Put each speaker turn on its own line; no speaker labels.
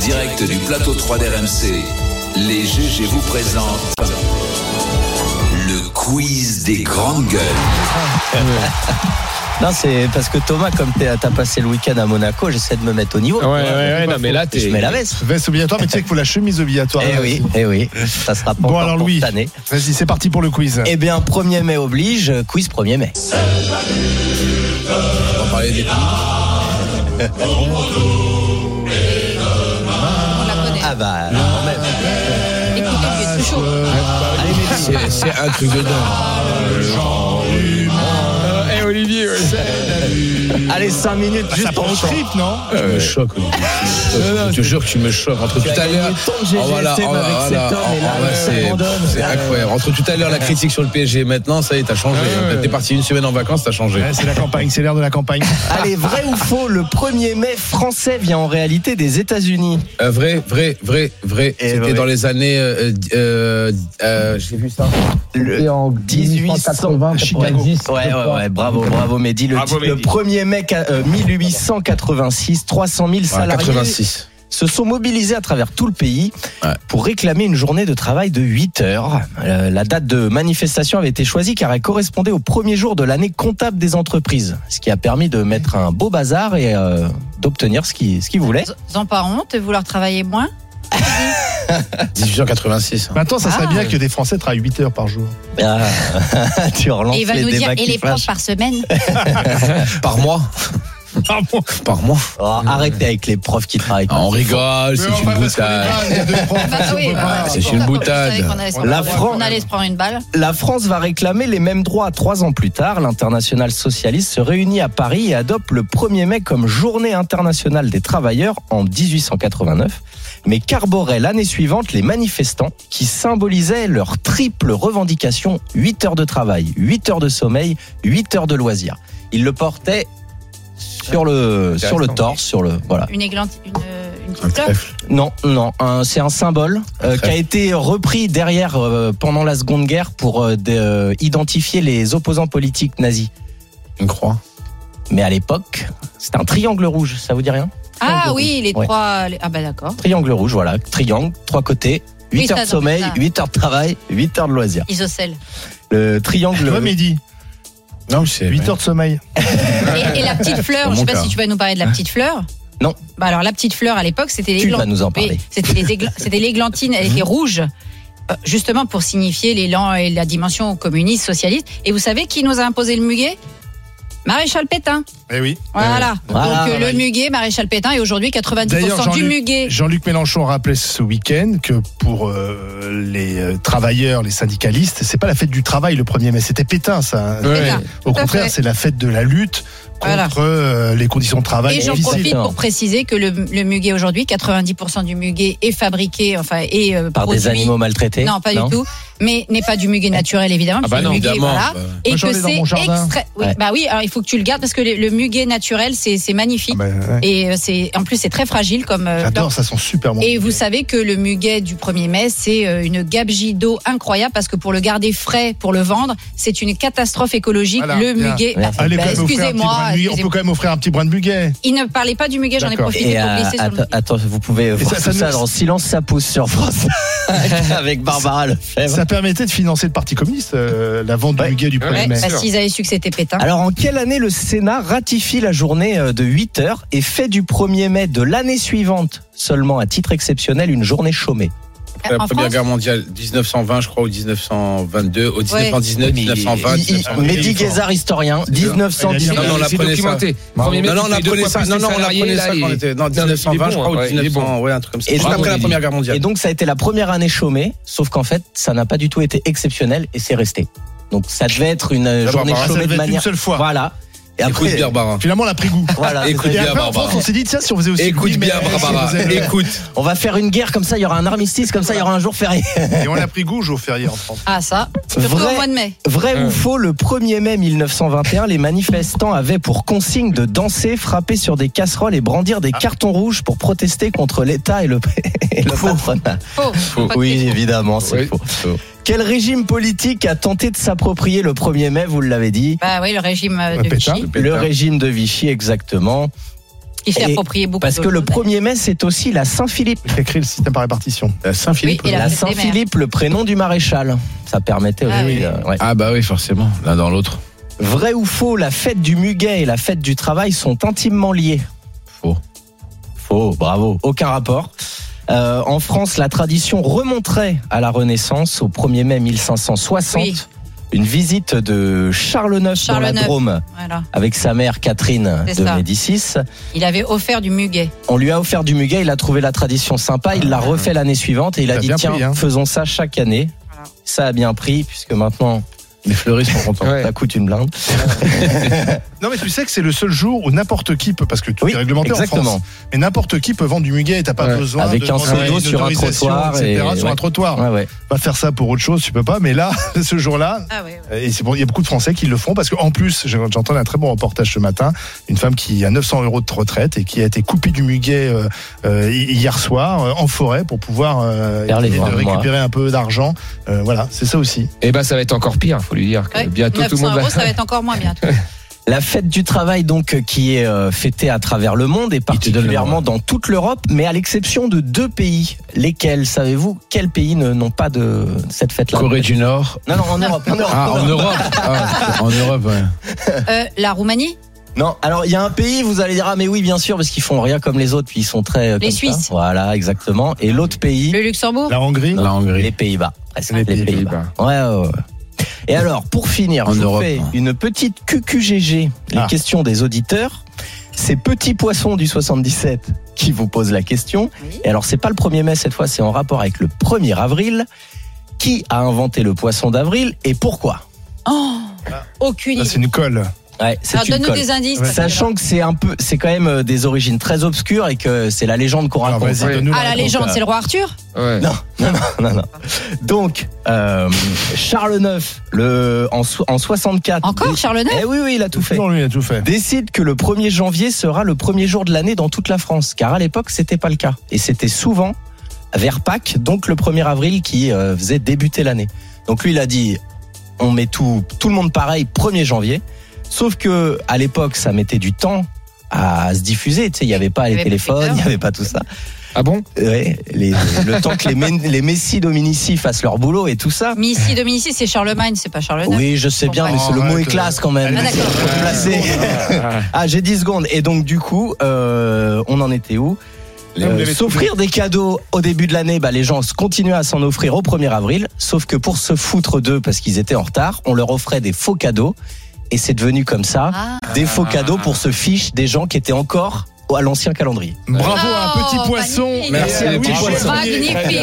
direct du plateau 3 d'RMC, les GG vous présentent le quiz des grandes gueules.
Non, c'est parce que Thomas, comme t'es- t'as passé le week-end à Monaco, j'essaie de me mettre au niveau.
Ouais, ouais, ouais, non, mais là, t'es-
Je mets la veste.
Veste obligatoire, mais tu sais qu'il faut la chemise obligatoire.
Eh oui, eh oui. Ça sera pas
Bon
encore
alors
pour
Louis,
cette année.
vas-y, c'est parti pour le quiz.
Eh bien, 1er mai oblige, quiz 1er mai.
On va parler des
On la connaît.
Ah bah, quand même. Ah.
Écoutez, il est tout chaud.
Allez, Mehdi.
C'est- C'est un truc de dingue.
Eh Olivier, ouais.
Allez, 5 minutes juste pour le chant.
non
Tu me choques. Olivier. Je te jure que tu me choques. Entre tout
as
à l'heure.
gagné ton GGSM avec cet homme, et là,
oh, ouais,
euh,
c'est-
abandonne.
c'est
Là,
incroyable. Entre tout à l'heure la critique sur le PSG et maintenant, ça y est, t'as changé. T'es parti une semaine en vacances, t'as changé.
Ouais, Eh, C'est la campagne, c'est l'air de la campagne.
Allez, vrai ou faux, le 1er mai français vient en réalité des États-Unis.
Euh, vrai, vrai, vrai, vrai.
Eh,
C'était
vrai.
dans les années. Euh, euh, euh, J'ai vu ça.
Le
C'était en
1880,
Chicago.
Ouais, ouais, ouais, bravo, bravo Mehdi. Le,
Bravo,
titre, le
Mehdi.
1er mai ca- euh, 1886, 300 000
Ouais,
salariés
86.
se sont mobilisés à travers tout le pays
Ouais.
pour réclamer une journée de travail de 8 heures. Euh, la date de manifestation avait été choisie car elle correspondait au premier jour de l'année comptable des entreprises, ce qui a permis de mettre un beau bazar et euh, d'obtenir ce qu'ils ce qu'ils voulaient.
Ils n'ont pas honte de vouloir travailler moins
1886.
Maintenant, ça serait
Ah.
bien que des Français travaillent 8 heures par jour.
Ah, tu relances
Et il va
les
nous dire
débats
et
qui
les profs
fâchent.
par semaine Ah
Par mois.
Ah bon
Par mois.
Oh, arrêtez avec les profs qui travaillent.
Ah, on rigole, c'est une boutade.
Ah,
Bah oui, bah,
c'est
pour
une
ça, quand
boutade.
on savait qu'on allait se-
La
On
France-
allait se prendre une balle.
La France va réclamer les mêmes droits trois ans plus tard. L'international socialiste se réunit à Paris et adopte le 1er mai comme journée internationale des travailleurs en 1889, mais qu'arborait l'année suivante les manifestants qui symbolisaient leur triple revendication 8 heures de travail, 8 heures de sommeil, 8 heures de loisirs. Ils le portaient sur le, sur le torse, sur le, voilà.
Une églante, une, une petite clope.
Non, non, un- c'est un symbole euh, qui a été repris derrière euh, pendant la Seconde Guerre pour euh, de- euh, identifier les opposants politiques nazis.
Une croix.
Mais à l'époque, c'était un triangle rouge, ça vous dit rien
Ah oui, les
Ouais.
trois. les- Ah bah d'accord.
Triangle rouge, voilà, triangle, trois côtés, 8
Oui, ça,
heures de
ça,
sommeil,
ça.
8 heures de travail, 8 heures de loisirs.
Isocèle.
Le Eh triangle
Toi, Mehdi,
Non, mais c'est.
8 heures de sommeil.
Et, et la petite fleur,
Dans
je sais
mon
pas
cas.
si tu vas nous parler de la petite fleur.
Non.
Bah alors la petite fleur à l'époque, c'était
tu vas
l'églantine.
nous en
Oui,
parler. Mhm.
C'était les égla- c'était l'églantine, elle était rouge. euh, Justement pour signifier l'élan et la dimension communiste, socialiste. Et vous savez qui nous a imposé le muguet Maréchal Pétain.
Eh oui.
Voilà.
Voilà.
Donc euh, le muguet, Maréchal Pétain, et aujourd'hui 90%
D'ailleurs,
du
Jean-Luc-
muguet.
Jean-Luc Mélenchon rappelait ce week-end que pour euh, les euh, travailleurs, les syndicalistes, c'est pas la fête du travail le 1er mai, c'était Pétain ça. hein.
C'est ça.
Au
tout à fait.
contraire, c'est la fête de la lutte contre
Voilà.
euh, les conditions de travail
Et j'en
difficiles.
hein.
profite pour préciser que le, le muguet aujourd'hui, 90% du muguet est fabriqué, enfin, est euh,
Par des
produit-
animaux maltraités
Non, pas du tout. Mais n'est pas du muguet naturel, évidemment.
Ah
parce
bah
que
non,
le muguet,
évidemment.
voilà.
Bah,
Et
Moi, j'en
que
ai dans
c'est
mon jardin.
extra- oui,
Ouais.
Bah oui, alors il faut que tu le gardes parce que le, le muguet naturel, c'est c'est magnifique.
Ah bah, ouais.
Et euh, c'est en plus, c'est très fragile comme. euh,
J'adore, ça sent super bon.
Et vous savez que le muguet du 1er mai, c'est euh, une gabegie d'eau incroyable parce que pour le garder frais, pour le vendre, c'est une catastrophe écologique.
Voilà,
le
bien.
muguet.
Bien.
Bah,
Allez, quand même offrir un petit
excusez-moi.
brin de muguet. on peut
excusez-moi.
quand même offrir un petit brin de muguet.
Il ne parlait pas du muguet, j'en ai
D'accord.
profité
Et
pour
euh,
glisser sur le
attends,
muguet.
attends, vous pouvez voir
ça,
tout
ça
ça,
nous-
dans Silence, ça pousse sur France avec Barbara Lefebvre.
Ça permettait de financer le Parti communiste, euh, la vente
Eh ben. Ouais.
du muguet du 1er
Ouais,
mai.
bah, S'ils avaient su que c'était pétain.
Alors, en quelle année le Sénat ratifie la journée euh, de 8 heures et fait du 1er mai de l'année suivante seulement à titre exceptionnel une journée chômée
La
Euh, en
Première
France,
Guerre mondiale, 1920, je crois, ou 1922, au 1919,
Mais-
1920,
il- il-
1920.
Mehdi Guézard, historien,
bien.
Il-
1919.
Non, non, on
C'est
apprenait ça.
documenté.
Non,
Premier mai,
non, on
c'était deux
apprenait
fois
ça.
plus
Non, non, on
salariés,
apprenait
là,
ça quand on
et-
était. Non,
il est bon, hein,
1920, je crois,
ouais,
ou
il est
1900, ouais, un truc comme ça.
Et
Juste
bravo,
après la
Olivier.
Première Guerre
Et
mondiale.
donc, ça a été la première année chômée, sauf qu'en fait, ça n'a pas du tout été exceptionnel et c'est resté. Donc, ça devait être une euh,
D'abord,
journée
Barbara,
Ah, ça
chômée
devait
de
être une
manière.
seule fois.
Voilà. Et
Écoute
après,
bien, Barbara.
Finalement, on a pris goût.
voilà, c'est
Écoute
Et
ça.
bien,
après, en
Barbara.
France, on s'est dit, tiens, si on faisait aussi le
Écoute
8 mai,
bien,
si on
Barbara.
faisait le-
Écoute.
on va faire une guerre comme ça, il y aura un armistice comme ça, il y aura un jour férié.
Et on a pris goût au jour férié en France.
Ah ça, surtout
Vrai-
au mois de mai.
Vrai ou
Ouais.
faux, le 1er mai 1921, les manifestants avaient pour consigne de danser, frapper sur des casseroles et brandir des cartons rouges pour protester contre l'État et le, et le patronat.
Faux. Pas de
Oui,
question.
évidemment, c'est
Oui.
faux.
Faux.
Quel régime politique a tenté de s'approprier le 1er mai, vous l'avez dit
Bah oui, le régime euh,
Ouais,
de
Pétain.
Vichy.
Le régime de Vichy, exactement.
qui fait
Et
approprier beaucoup
Parce que
d'autres
le
choses.
1er mai, c'est aussi la Saint-Philippe.
Il a créé le système par répartition.
À Saint-Philippe.
Oui, et la
La
fête des mères.
Saint-Philippe, le prénom du maréchal. Ça permettait
Ah
aussi,
oui.
euh, ouais.
Ah bah oui, forcément, l'un dans l'autre.
Vrai ou faux, la fête du muguet et la fête du travail sont intimement liées
Faux.
Faux, bravo. Aucun rapport. Euh, en France, la tradition remonterait à la Renaissance, au 1er mai 1560.
Oui.
Une visite de Charles IX
Charles
dans la
IX.
Drôme
Voilà.
avec sa mère Catherine
C'est
de
ça.
Médicis.
Il avait offert du muguet.
On lui a offert du muguet, il a trouvé la tradition sympa, il l'a refait l'année suivante et il a
Ça a
dit
bien
tiens,
pris, hein.
faisons ça chaque année.
Voilà.
Ça a bien pris puisque maintenant
Les fleuristes sont contents.
Ouais.
ça coûte une blinde.
Non, mais tu sais que c'est le seul jour où n'importe qui peut, parce que tout
Oui,
est réglementé en
exactement.
France, mais n'importe qui peut vendre du muguet et t'as pas
Ouais.
besoin
Avec
de
un seau
demander
d'eau
une
sur un
autorisation,
trottoir et-
etc., sur
ouais.
un trottoir.
Ouais, ouais.
Va faire ça pour autre chose, tu peux pas. Mais là, ce jour-là, euh,
Ah ouais, ouais.
Et c'est bon, il y a beaucoup de Français qui le font parce qu'en plus, j'ai- j'entends un très bon reportage ce matin, une femme qui a 900 euros de retraite et qui a été coupée du muguet euh, euh, hi- hier soir euh, en forêt pour pouvoir euh,
Faire les
essayer
voir,
de
moi.
récupérer un peu d'argent. Euh, voilà, c'est ça aussi.
Eh ben, ça va être encore pire, faut lui dire. Que
Ouais,
bientôt, tout
900
le monde
euros,
va.
ça va être encore moins bientôt.
La fête du travail donc euh, qui est euh, fêtée à travers le monde et
te donne le
particulièrement dans toute l'Europe, mais à l'exception de deux pays. Lesquels savez-vous Quels pays ne- n'ont pas de cette fête-là
Corée du Nord.
Non, non, en Europe. en Europe.
Ah, en Europe. Ah, en Europe, ouais.
Euh, la Roumanie
Non, alors il y a un pays, vous allez dire ah mais oui bien sûr parce qu'ils font rien comme les autres, puis ils sont très euh,
Les
comme ça.
Suisses.
Voilà, exactement. Et l'autre pays,
Le Luxembourg
La Hongrie,
La Hongrie.
les Pays-Bas. presque.
Les
Les Pays-Bas.
Pays-Bas.
Ouais, ouais, ouais. Et alors, pour finir,
En
je vous
Europe,
fais
hein.
une petite QQGG, les
Ah.
questions des auditeurs. Ces petits poissons du 77 qui vous posent la question.
Oui.
Et alors, c'est pas le 1er mai cette fois, c'est en rapport avec le 1er avril. Qui a inventé le poisson d'avril et pourquoi
Oh, Aucune
Là,
idée.
c'est une colle.
Ouais, c'est
Alors
une
donne-nous
colle.
des indices.
Ouais.
Sachant que c'est un peu, c'est quand même euh, des origines très obscures et que c'est la légende qu'on
Alors,
raconte.
vas-y,
Ouais.
donne-nous
Ah la
réponse.
légende,
euh,
c'est le roi Arthur
Ouais.
Non, non, non, non, non. Donc, euh, Charles IX, le, en, so- en 64.
Encore Charles IX
Eh oui, oui, il a tout fait.
Non, lui, il a tout fait.
décide que le 1er janvier sera le premier jour de l'année dans toute la France, car à l'époque c'était pas le cas et c'était souvent vers Pâques, donc le 1er avril qui euh, faisait débuter l'année. Donc lui il a dit on met tout tout le monde pareil 1er janvier, sauf que à l'époque ça mettait du temps à se diffuser, tu sais il y avait pas
Il y
les
avait pas
téléphones,
Twitter.
il y avait pas tout ça.
Ah bon
Ouais, les- le temps que les men- les Messi Dominici fassent leur boulot et tout ça.
Mici, Dominici, c'est Charlemagne, c'est pas Charles IX.
Eh. Oui, je sais bien, mais c'est le mot est classe quand même.
Ah, d'accord.
Faut le placer. Ah, j'ai 10 secondes. Et donc, du coup, euh, on en était où
Là, vous
Euh,
l'avez
S'offrir des cadeaux au début de l'année, bah, les gens se continuaient à s'en offrir au 1er avril. Sauf que pour se foutre d'eux, parce qu'ils étaient en retard, on leur offrait des faux cadeaux. Et c'est devenu comme ça.
Ah.
Des faux cadeaux pour se fiche des gens qui étaient encore à l'ancien calendrier.
Bravo à un
Oh,
petit poisson.
magnifique.
Merci,
Et à
les
Louis
petits
Poissonnier.
Magnifique